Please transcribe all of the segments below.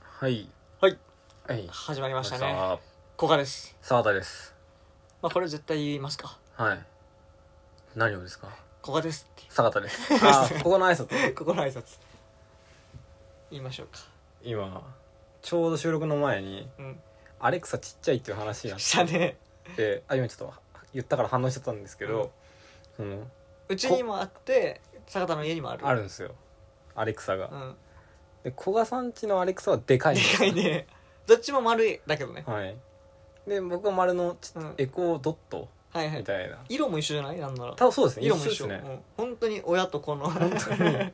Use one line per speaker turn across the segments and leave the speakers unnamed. はい。
はい
はい。
始まりましたね
さあ
古賀です
澤田です。
まあこれ絶対言いますか
はい。何をですか
古賀ですっ
坂田です。 あー、ここの挨拶。
てここの挨拶言いましょうか
今、ちょうど収録の前に、
うん
アレクサちっちゃいっていう話になっ
したね
て、あ、今ちょっと言ったから反応しちゃったんですけど、その、
うちにもあって坂田の家にもある
あるんですよ。アレクサ
う
が。
ん
で、古賀さんちのアレクサはでかいん
で
です
かいねどっちも丸いだけどね
はい。で、僕は丸のちょっ
うん
とエコードット
はいは
み
い
たいな。
色も一緒じゃないなんなら
多分そうですね。
色も一緒
ですね。
うん本当に親と子の
いや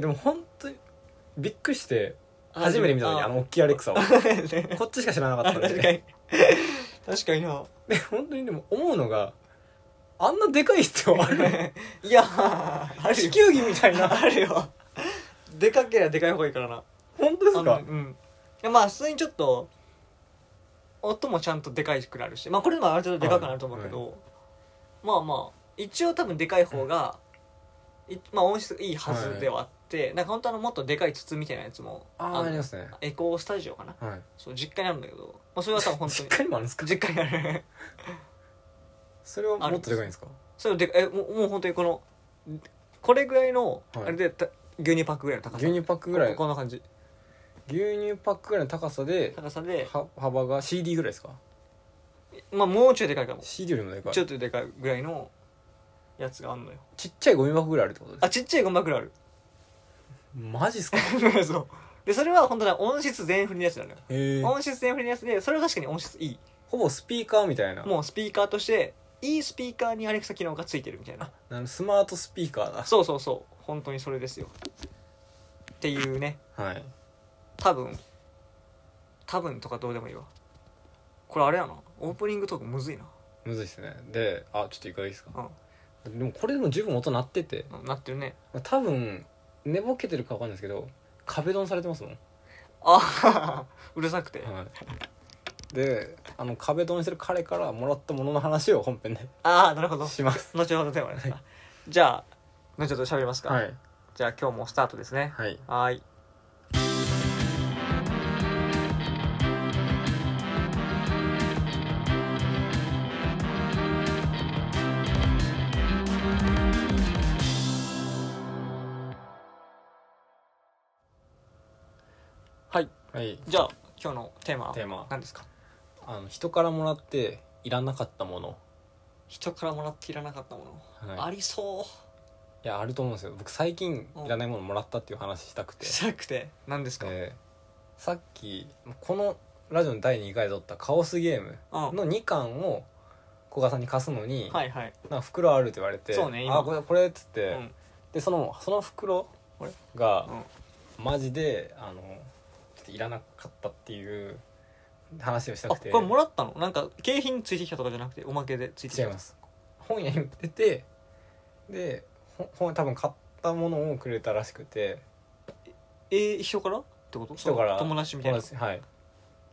でも本当にびっくりして初
初
めて見た時あの大きいアレク サをこっちしか知らなかったん
確
で
かに確かにな
で本当にでも思うのがあんなでかい必要ある
いやある
地
よ
球儀みたいな
あるよでかけりゃでかい方がいいからな
本当です
あ
か
のうんいやまあ普通にちょっと音もちゃんとでかいくなるしまあこれでもある程度でかくなると思うけど、まあまあ一応多分でかい方が、いまあ音質いいはずではあって、なんか本当あのもっとでかい筒みたいなやつも
あ
の
あありますね
エコースタジオかな
はい
そう実家にあるんだけど、まあ、それは多分本当
実
に
家にもあるんですか
実家にある
それはもっとでかいんですか
それをでかえもうもう本当にこのこれぐらいの、
はい
あれでた牛乳パックぐらいの高さ
牛乳パックぐらい
ここんな感じ
牛乳パックぐらいの高さで
高さで、
は幅が CD ぐらいですか
まあ、もうちょいでかいかも
CD よりもでかい
ち
ち
ょっとでかいぐらいのやつがあんのよ
っちゃいゴミ箱ぐらいあるってことです
あちっちゃいゴミ袋ある
マジっすかへ
そうでそれは本当だ音質全振りのやつなのよ
え
音質全振りのやつでそれは確かに音質いい
ほぼスピーカーみたいな
もうスピーカーとしていいスピーカーにアレクサ機能がついてるみたいな
ああのスマートスピーカーだ
そうそうそう本当にそれですよっていうね
はい
多分多分とかどうでもいいわこれあれやなオープニングトークむずいな
むずいっすねであちょっといかがいいですか、でもこれでも十分音鳴ってて
うんなってるね
多分寝ぼけてるかわかんないですけど壁ドンされてますもん、
あうるさくて
はい、であの壁ドンしてる彼からもらったものの話を本編で
ああなるほど
します
後ほどでもね、じゃあ後ほど喋りますか、
い
じゃあ今日もスタートですね
はい
はーいはい
はい
じゃあ今日のテーマは
テーマ
何ですか
あの人からもらっていらなかったもの、
人からもらっていらなかったもの、
は
ありそ
い、いやあると思うんですよ僕最近いらないものもらったっていう話したく
う
て
したくて何ですか、
でさっきこのラジオの第2回で撮ったカオスゲーム
うん
の2巻を古賀さんに貸すのに、
はいはい、
なんか袋あるって言われて
そうね今
あこれこれ」っつって、
うん
でそのその袋
これ
が、マジであのちょっといらなかったっていう話をした
あ
く
こ
て
れもらったのなんか景品ついてきたとかじゃなくておまけでついてき
違
た
います本屋に売っててでほ本多分買ったものをくれたらしくて
えー、人からってこと
人から
その友達みたいな
友達はい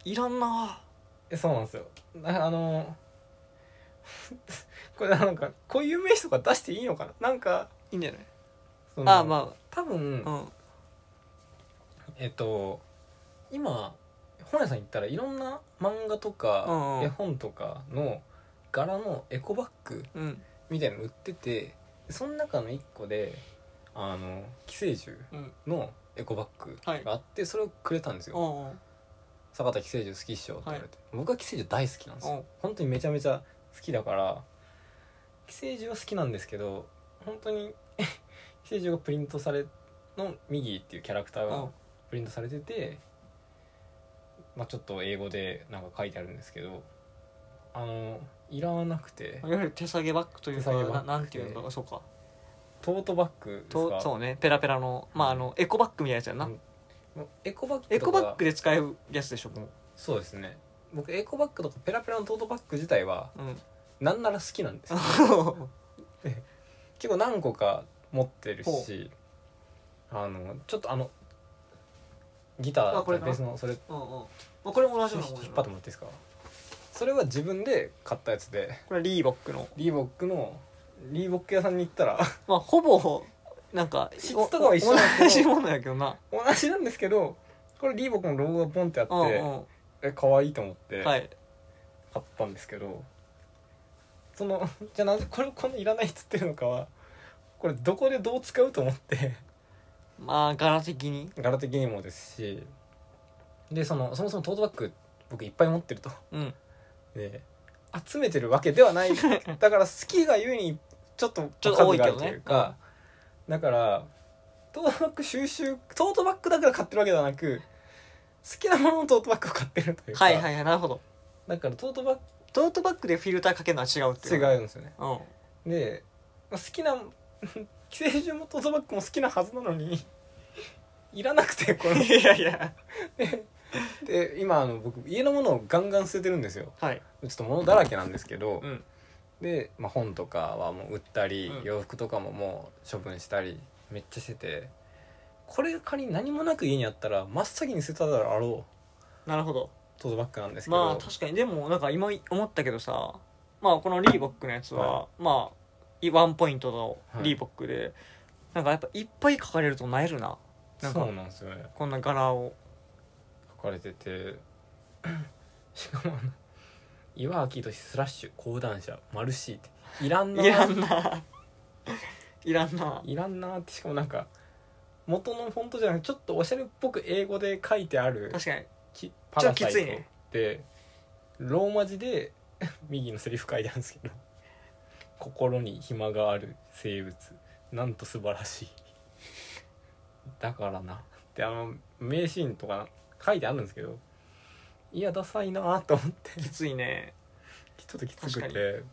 いらんな
えそうなんですよなあの これなんかこういう名詞とか出していいのかななんか
いいんじゃない
その
ああま
多分
あうん
えっと今本屋さん行ったらいろんな漫画と
うん
か
うん
絵本とかの柄のエコバッグ
うん
みたいなの売っててその中の1個であの寄生獣
うん
のエコバッグ
はい
があってそれをくれたんですよ
おう
「坂田寄生獣好きっしょ」って言われて僕は寄生獣大好きなんです
お
よ
う
本当にめちゃめちゃ好きだから寄生獣は好きなんですけど本当に 寄生獣がプリントされの右っていうキャラクター
おうお
が
う
プリントされてて、まあ、ちょっと英語でなんか書いてあるんですけどあのいらなくて
いわゆる手提げバッグというか
手提げバッ
な
グ
なんていうのかそうか
トートバッグです
と
か
そうねペラペラのまああのエコバッグみたいなやつやな、
うんもうエコバッグとか
エコバッグで使えるやつでしょも
そうですね僕エコバッグとかペラペラのトートバッグ自体は
ううん
なんなら好きなんですよ 結構何個か持ってる
ほ
しあのちょっとあのギター
あこれか
ベースのそれ
うんうんまあこれも同じ
引
よ
っ
うなもん
張
や
っても
な
らっていいですかそれは自分で買ったやつで
これリーボックの
リーボックのリーボック屋さんに行ったら
まあほぼなんか
質とかは一緒なんですけど
同じものやけどな
同じなんですけどこれリーボックのロゴがポンってあって、
うんうん
え可愛いと思って
は
買
い
ったんですけど、そのじゃあなぜこれこんないらないっつってるのかはこれどこでどう使うと思って
まあ柄的に
柄的にもですしでそのそもそもトートバッグ僕いっぱい持 ってると
うん
で集めてるわけでは ないだから好きがゆえにちょっと
ちょっと多
数
い
があ
け
る
ど
と
ね
いうか、だからトートバッグ収集トートバッグだから買ってるわけではなく好きなもののトートバッグを買ってるというか、
はいはいはいなるほど
だからトートバッ
トートバッグでフィルターかけるのは違うっていう
グ違うんですよね
うん
で、まあ、好きな 寄生獣もトートバッグも好きなはずなのにいらなくてこの
いやい や
で今あの僕家のものをガンガン捨ててるんですよ
はい
ちょっと物だらけなんですけど、
うん
で、まあ、本とかはもう売ったり、
うん
洋服とかももう処分したりめっちゃしててこれが仮に何もなく家にあったら真っ先に捨てただろ
なるほど
うトートバッグなんですけど、
まあ確かにでもなんか今思ったけどさまあこのリーボックのやつは、まあワンポイントのリーボックで、なんかやっぱいっぱい書かれるとなえるななんか
そうなんですよね
こんな柄を
書かれててしかもあの岩明俊スラッシュ講談社マルシーっていらんない
らんないらんない
らんなってしかもなんか元のフォントじゃなくてちょっとおしゃれっぽく英語で書いてある
確かに
きパ
ちょ
ラ
っと
サ
き
イ
つ
ト
い
っ
ね
てローマ字で 右のセリフ書いてあるんですけど「心に暇がある生物なんと素晴らしい」だからなってあの名シーンとか書いてあるんですけどいやダサいなと思って
きついね
ちょっときつく
確
て、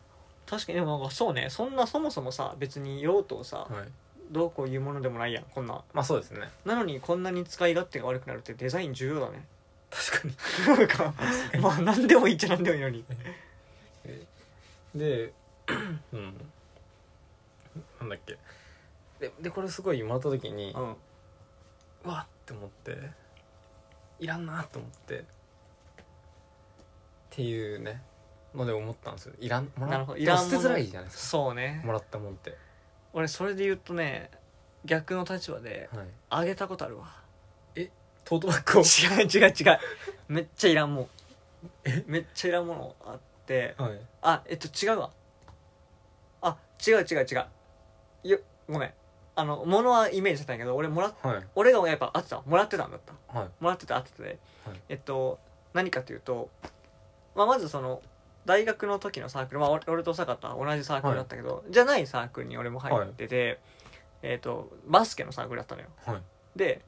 確かにでもなんかそうねそんなそもそもさ別に用途をさ、
はい、
どうこういうものでもないやんこんな
まあそうですね
なのにこんなに使い勝手が悪くなるってデザイン重要 だね
確かに
なんかまあ何でもいいっちゃ何でもいいのに
でうんなんだっけででこれすごいもらった時に、
うん
うわって思っていらんなと思ってっていうねので思ったんですよいらんも
な
ら
るほ
っ
どいらんも
捨
の
てづらいじゃないです
そう
か
ね
もらったもんって
俺それで言うとね逆の立場で
はい
あげたことあるわ
トートバッグを
違う違う違うめっちゃいらんもん
え
めっちゃいらんものあって
はい
あえっと違うわあ違う違う違うよごめんあの物はイメージしてたんやけど俺もらっ
はい
俺がやっぱあってたわもらってたんだった
はい
もらっててあってて、
はい
えっと何かというと、まあ、まずその大学の時のサークル、まあ、俺俺と坂田は同じサークルだったけど、じゃないサークルに俺も入ってて、えっとバスケのサークルだったのよ
はい
で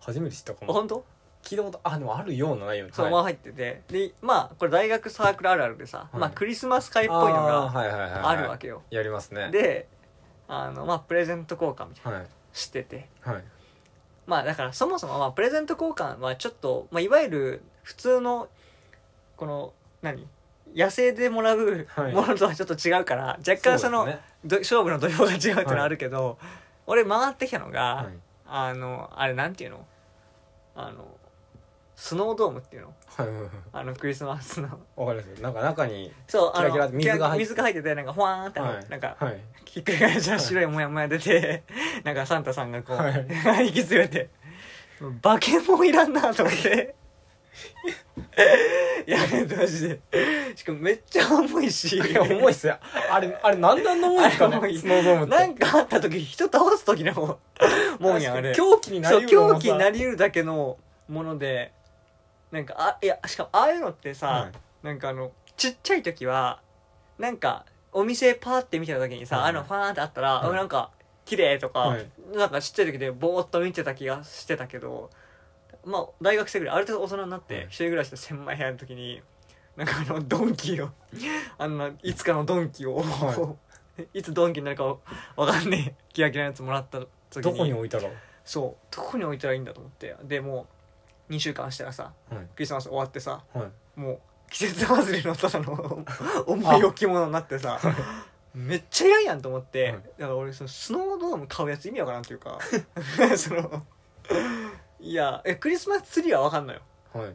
初めて知ったかも
本当
聞いたことあでもあるようなないような
そのま
はい
ま入っててでまあこれ大学サークルあるあるでさ、
はい
まあ、クリスマス会っぽいの
あー
が
はいはいはいはい
あるわけよ、
やりますね
であのまあプレゼント交換みたいなの
はい
してて
はい
まあだからそもそもまあプレゼント交換はちょっと、まあ、いわゆる普通のこの何野生でもらう
はい
ものとはちょっと違うから、若干その
うですね
ど勝負の土俵が違うっていうのはあるけど、俺回ってきたのが、
はい
あのあれなんていうのあのスノードームっていうの
はいはいはい
あのクリスマスの
わかりますなんか中に
そうあの
キラキラ水が入って
水が入っててなんかほわーんってあの、
はい
なんか
はい
ひっくり返した白いもやもや出て、 なんかサンタさんがこう、
は
引き連れて、バケモンいらんなと思って。 やめてほしい。しかもめっちゃ重い し。
いや重いっすよあれあれ何段の重いですか
あれ重
ね
い
スノードームって
なんかあった時、人倒す時のもんやん、あれ。
狂気にな
そ
り
う、
うるもん
狂気になり得るだけのもので、なんか、あ、いや、しかもああいうのってさ、
はい
なんかあのちっちゃい時はなんかお店パーって見てた時にさ、
はい
あのファーンってあったら、
はい
なんか綺麗とか、
はい
なんかちっちゃい時でぼーっと見てた気がしてたけどまあ大学生ぐらいある程度大人になって、
はい
一人暮らしで千枚部屋の時になんかあのドン キをあんないつかのドンキを、、
はい
つドンキになるかわかんねえキラキラのやつもらった時
どこに置いたろう
そうどこに置いたらいいんだと思ってでもう2週間したらさ
はい
クリスマス終わってさ
はい
もう季節外れのただ の重い置物になってさめっちゃ嫌やんと思っ
は
て、
い
だから俺そのスノードーム買うやつ意味わからんというか そのいやえクリスマスツリーはわかんのよ
はい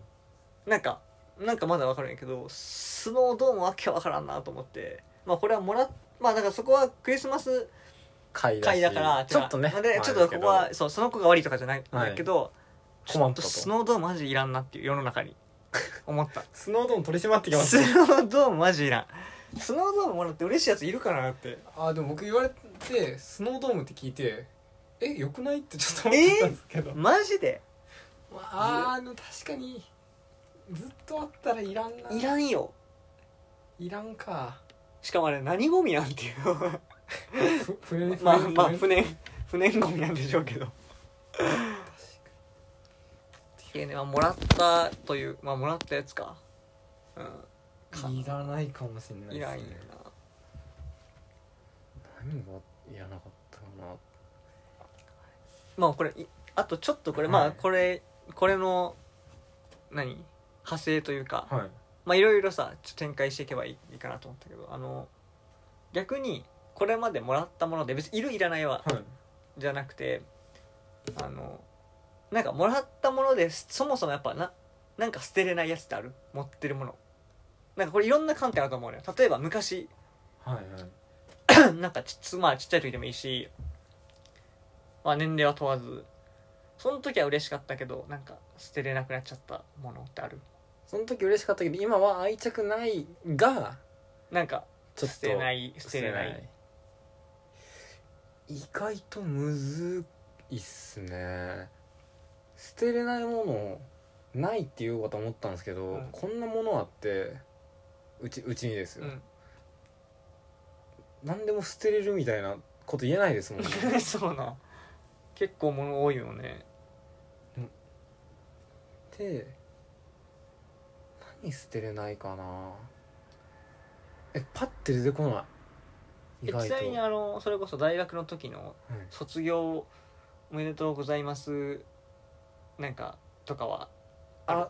なんかなんかまだわかるんやけどスノードームわけわからんなと思ってまあこれはもらっまあだからそこはクリスマス
会
会だから
ちょっとね
でちょっとここはそうその子が悪いとかじゃないん
はい
だけど、
困ったと
スノードームマジいらんなっていう世の中に思った
スノードーム取り締まってきます
スノードームマジいらんスノードームもらって嬉しいやついるかなって
あーでも僕言われてスノードームって聞いてえよくないってちょっと思ってたんですけど、
マジで
まああーあの確かにずっとあったらいらんない
らんよ
いらんか
しかもあれ何ゴミなんていう
ふ船
まあまあ
確か
不燃不燃ゴミなんでしょうけどいやねまあもらったというまあもらったやつかうんか
にいらないかもしれない
い
で
らん
す
よ
ね
な
何がいらなかったかな
まあこれいあとちょっとこれま
は
あ
い
これこれの何派生というか
はい
まあいろいろさちょっと展開していけばいいいいかなと思ったけどあの逆にこれまでもらったもので別にいるいらないは
はい
じゃなくてあのなんかもらったものでそもそもやっぱななんか捨てれないやつってある持ってるものなんかこれいろんな観点あると思うのよ例えば昔
はいはい
なんかちつまあちっちゃい時でもいいし、まあ、年齢は問わずその時は嬉しかったけどなんか捨てれなくなっちゃったものってある
その時嬉しかったけど今は愛着ないが
なんか
ちょっと
捨てない捨
捨
て
て
れ
れ
な
ないい意外とむずいっすね捨てれないものないって言おうかと思ったんですけど、
うん
こんなものあってうちうちにですよ、何でも捨てれるみたいなこと言えないです もんね
うんそうな結構物多いよね
で何捨てれないかなえパッて出てこない意
えち
外と
なみにあのそれこそ大学の時の
はい
卒業おめでとうございますなんかとかは
あ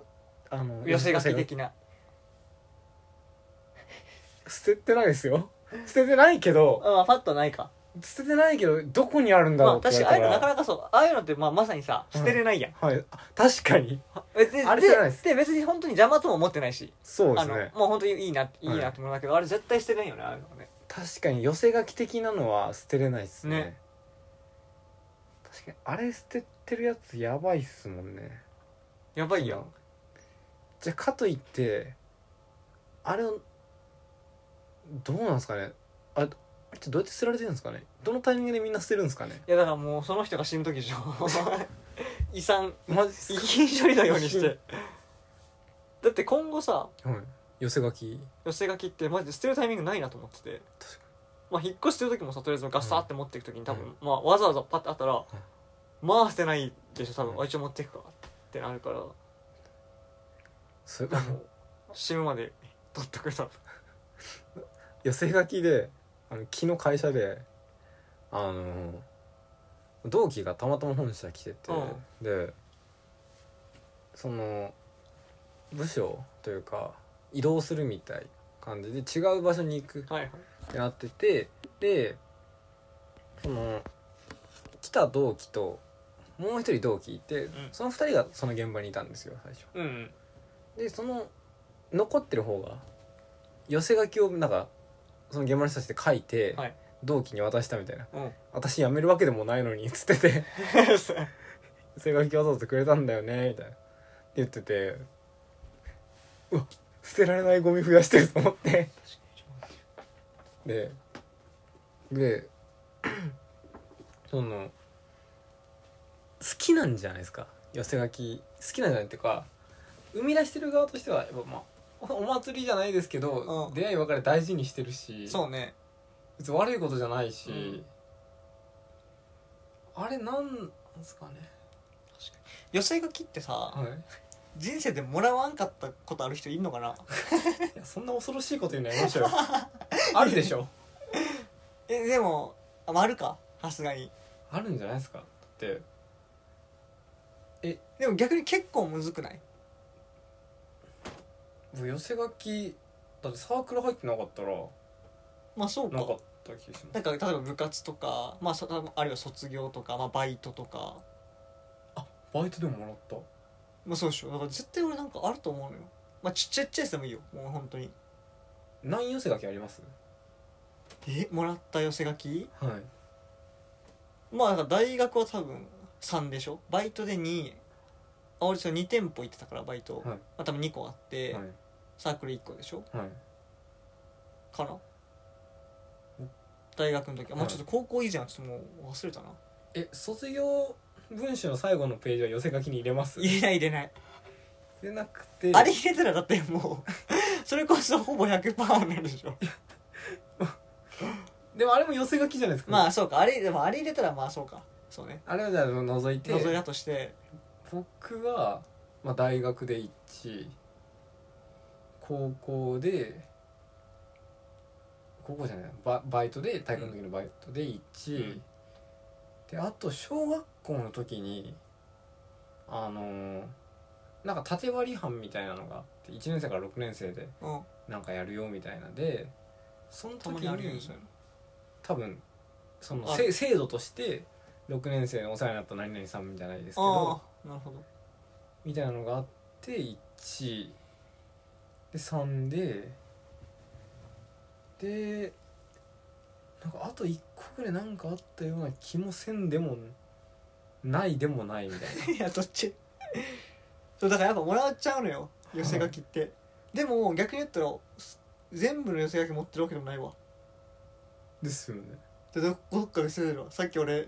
あの
寄せ書 き的な
捨ててないですよ捨ててないけど
あまあパッとないか
捨ててないけどどこにあるんだ
ま
ろう
あ
って
確か
言
にあ
わ
あい
れたら、
うのなかなかそうああいうのってまあまさにさ捨てれないやん、
はいあ確かに
別に
あれ捨てないです
で別に本当に邪魔とも思ってないし、
そうで
あ
す
の
ね
もう本当にいいないいなってものだけど、あれ絶対捨てないよねああいうのね
確かに寄せ書き的なのは捨てれないですね
ね
確かにあれ捨ててるやつやばいっすもんね
やばいよ
じゃあかといってあれをどうなんですかねああれってどうやって捨てられてるんですかねどのタイミングでみんな捨てるんですかね
いやだからもうその人が死ぬ 時でしょ遺産
マジっす
遺
か
品処理のようにしてだって今後さ
はい寄せ書き
寄せ書きってマジで捨てるタイミングないなと思ってて
確か
まあ引っ越してる時もさとりあえずガッサーって持っていく時に多分、
うん
まあわざわざパッてあったら、まあ捨てないでしょ多分、
うん
あ一応持っていくかってなるから
それ
もう死ぬまで 取っとくと
寄せ書きであの昨日会社であの同期がたまたま本社来てて、
う
でその部署というか移動するみたい感じで違う場所に行くっ
はいはい
てなっててでその来た同期ともう一人同期いて、
ん
その二人がその現場にいたんですよ最初。
うんうん
でその残ってる方が寄せ書きをなんかその現場の人たちで書いて、
はい
同期に渡したみたいな
うん
「私辞めるわけでもないのに」っつってて「寄せ書きわざわざくれたんだよね」みたいなって言っててうわ捨てられないゴミ増やしてると思ってででその好きなんじゃないですか寄せ書き好きなんじゃないっていうか生み出してる側としてはやっぱまあおお祭りじゃないですけど、
うん
出会い別れ大事にしてるし
そうね
別に悪いことじゃないし、あれなんなんですかね、
寄せ書きってさ、
はい、
人生でもらわんかったことある人いんのかない
やそんな恐ろしいこと言うのやめましょ うよあるでしょ
えでもあまああるかさすがに
あるんじゃないですかだって
でも逆に結構むずくない
もう寄せ書きだってサークル入ってなかったら
まあそう
な
か
かった気がします
なんか例えば部活とか、まあ、そあるいは卒業とか、まあ、バイトとか
バイトでももらった
まあそうでしょだから絶対俺なんかあると思うのよまあちっちゃいちっちゃいやつでもいいよもう本当に
何寄せ書きあります
えもらった寄せ書き
はい
まあだから大学は多分3でしょバイトで2あ俺その2店舗行ってたからバイト、
はい
まあ、多分2個あって、
はい
サークル1個でしょ
はい
かな大学の時はもうちょっと高校以前はちょっともう忘れたな
え卒業文集の最後のページは寄せ書きに入れます
入れない入れない
でなくて
あれ入れたらだってもう それこそほぼ100%になるでしょ
でもあれも寄せ書きじゃないですか
ま
あ
あそうかあれでもあれ入れたらまあそうかそうね
れはじゃあ除いて
覗いたとして
僕は、まあ、大学で1高校で高校じゃないババイトで大学の時のバイトで1、
うん
であと小学校の時にあのーなんか縦割り班みたいなのがあって1年生から6年生で
うん
なんかやるよみたいなのでその
た
時
まにあるよね
に
そういうの
多分その
あ
せ制度として6年生のお世話になった何々さんみたいないですけど
ああなるほど
みたいなのがあって1で3ででなんかあと1個ぐらいなんかあったような気もせんでもないでもないみたいない
やどっち そうだからやっぱもらっちゃうのよ寄せ書きって、でも逆に言ったらす全部の寄せ書き持ってるわけでもないわ
ですよね
でどどっかで捨ててるわさっき俺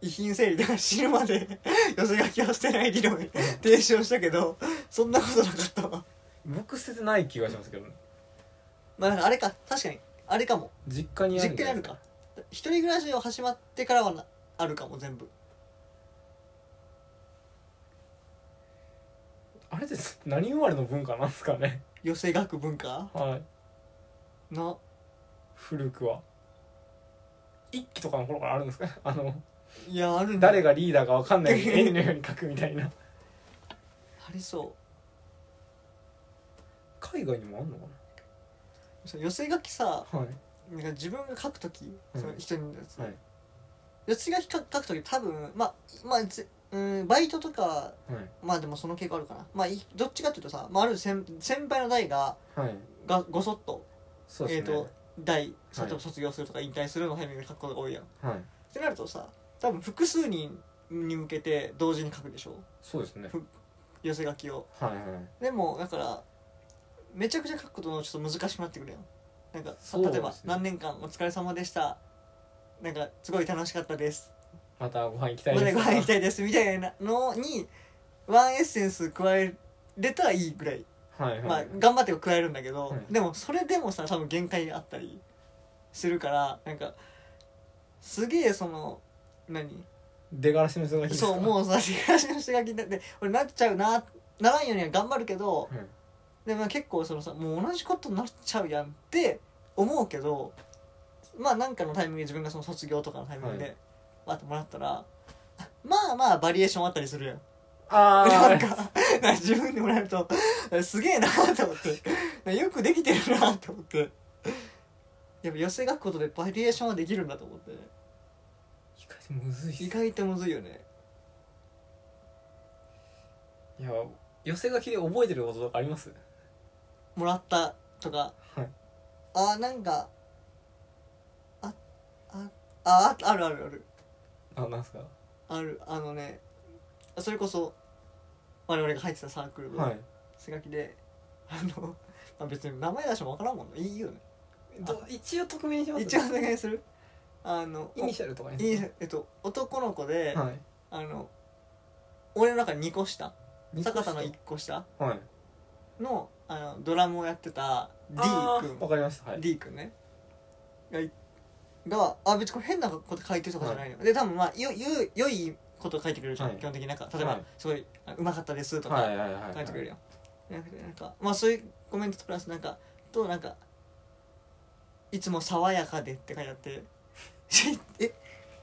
遺品整理だから死ぬまで 寄せ書きは捨てない議論に提唱したけどそんなことなかったわ
僕捨ててない気がしますけどね
まあなんかあれか確かにあれかも
実家にあ
実
るんじ
家に
ゃな
ある
いです
か一人暮らしを始まってからはなあるかも全部
あれです何生まれの文化なんですか ね
寄せ書く文化
はい
な
古くは一期とかの頃からあるんですかねあの
いやあるんだ
誰がリーダーか分かんないように絵のように描くみたいな
ありそう
海外にもあんのか
その寄せ書きさ
なはい
なんか自分が書くとき、
うん
その人に、
はい
寄せ書き書く書くとき多分まあまあぜうんバイトとか
はい
まあでもその傾向あるかなまあいどっちかっていうとさ、まあ、ある先先輩の代が
はい
がごそっと、
そうで
えっ、
すね、
と代例え
は
ば
い
卒業するとか引退するのタイミングで書くことが多いやん、
はい
ってなるとさ多分複数人に向けて同時に書くでしょ
そうですね
寄せ書きを
はいはい
でもだからめちゃくちゃ書くことのちょっと難しくなってくるやんなんかさ
そうですね
例えば「何年間お疲れ様でした」なんかすごい楽しかったです
またご飯行きた
ま
い
た
です
ご
か
飯行きたいですみたいなのにワンエッセンス加えれたらいいぐらい、
はい
ま
は
あ
い、
頑張って加えるんだけど、
はい
でもそれでもさ多分限界があったりするからなんかすげえその何
出がらしの人がいいですか
そうもうさ 東の人が聞いてで俺なっちゃうなならんようには頑張るけ
はい
どでも結構そのさもう同じことになっちゃうやんって思うけどまあなんかのタイミングで自分がその卒業とかのタイミング
は
でわってもらったらまあまあバリエーションあったりするやん
あ
なん
ー
か自分でもらえるとすげえなと思ってよくできてるなと思ってやっぱ寄せ書くことでバリエーションはできるんだと思って
意外とむずいっす
意外とむずいよね
いや寄せ書きで覚えてることあります
もらったとか、
はい
あーなんかあああああるあるある
あなんですか
あるあのねそれこそ我々が入ってたサークル
は
の
い
寄せ書きで、あの、まあ、別に名前出しても分からんもんねいいよね
ど一応匿名にします
一応お願いするあの
イニシャルとかに
いいえっと男の子で、
はい
あの俺の中に2個下
二個下
坂田の1個下
はい
のあのドラムをやってた D
あーわ
君
かりましたはい
D 君ねがいがあ別にこれ変なこと書いてるとかじゃないの、で多分まあよよ良いこと書いてくれるじゃん、
はい
基本的になんか例えば、
はい
すごいあうまかったですとか、
はいはいはい
書いてくれる
よ
よ、なんかなんかまあそういうコメントとプラスなんかとなんか「いつも爽やかで」って書いてあって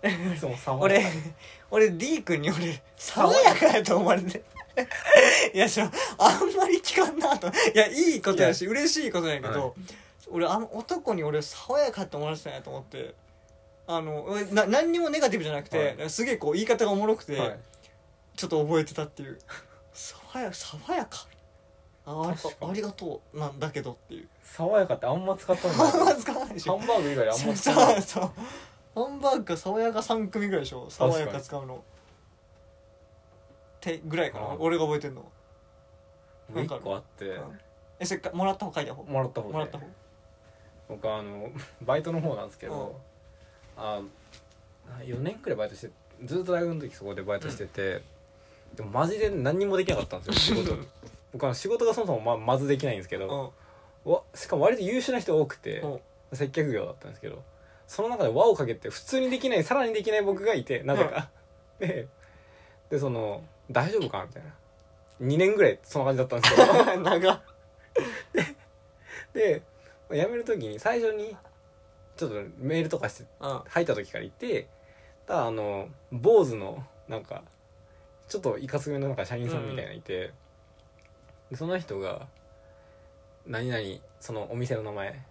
え
そうさま
俺俺 D 君に俺爽やかやと思われて いやそのあんまり聞かんなといやいいことやし嬉しいことやけど、
はい
俺あの男に俺爽やかって思われてたんやと思ってあのな何にもネガティブじゃなくて、すげえこう言い方がおもろくて、
はい
ちょっと覚えてたっていう爽や爽やかあ
確か
あ
に
ありがとうなんだけどっていう
爽やかってあんま使ったん
あ んま
だ
使わないでし
ハ
ょ
ンバーグ以外であん
そ
ま
う
使
そ
わ ないう
そうハンバーグが爽やか3組ぐらいでしょ爽やか使うのてぐらいかな、
うん
俺が覚えてるのは、
もう一個あって
うんえそれかもらった方書いた方
もらった方
もらっ
で
た方
僕あの バイトの方なんですけどあ4年くらいバイトしてずっと大学の時そこでバイトしててでもマジで何にもできなかったんですよ 仕事僕あの仕事がそもそもままずできないんですけどわしかも割と優秀な人多くて
うん
接客業だったんですけどその中で輪をかけて普通にできないさらにできない僕がいてなぜか、 ででその「大丈夫か?」みたいな2年ぐらいそんな感じだったんですけど
うん 長っ
で 辞める時に最初にちょっとメールとかして
うん
入った時からいてただあの坊主のなんかちょっといかつめのなんか社員さんみたいなのいて、でその人が「何々そのお店の名前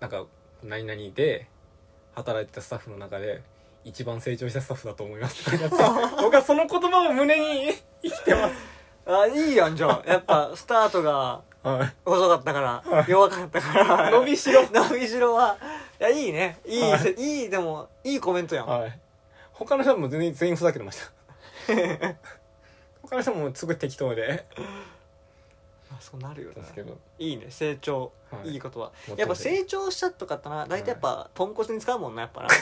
なんか何々で働いてたスタッフの中で一番成長したスタッフだと思います」ってなって 僕はその言葉を胸に生きてます。
あいいやんじ ゃあやっぱスタートが
はい
遅かったから弱かったから
伸びしろ
伸びしろはいやいいねいい、
はい
い、いでもいいコメントやん、
はい。他の人も全然全員ふざけてま した。他の人もすごい適当で。
あそうなるよね
ですけど。
いいね成長、
はい
い、い言葉
持てます
やっぱ成長したとかってな大体やっぱポンコツに使うもんなやっ ぱな、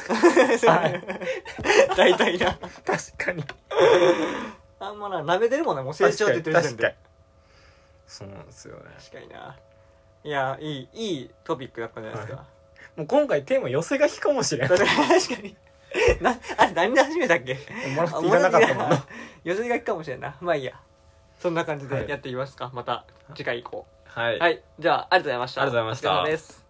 大体な
確かに。
あんまななめてるもんなもう成長って言ってる時点で
確かに。そうなんですよね。
確かにないやいいいいトピックだったんじゃないですか、
もう今回テーマ寄せ書きかもしれん。も
確かになあれ何で始めたっけ
らっていらなかったもんな。
寄せ書きかもしれんなまあいいやそんな感じ
は
で
い
やっていきますか、また次回以降
はい。
はい、じゃあありがとうございました
ありがとうございました
お疲れ様です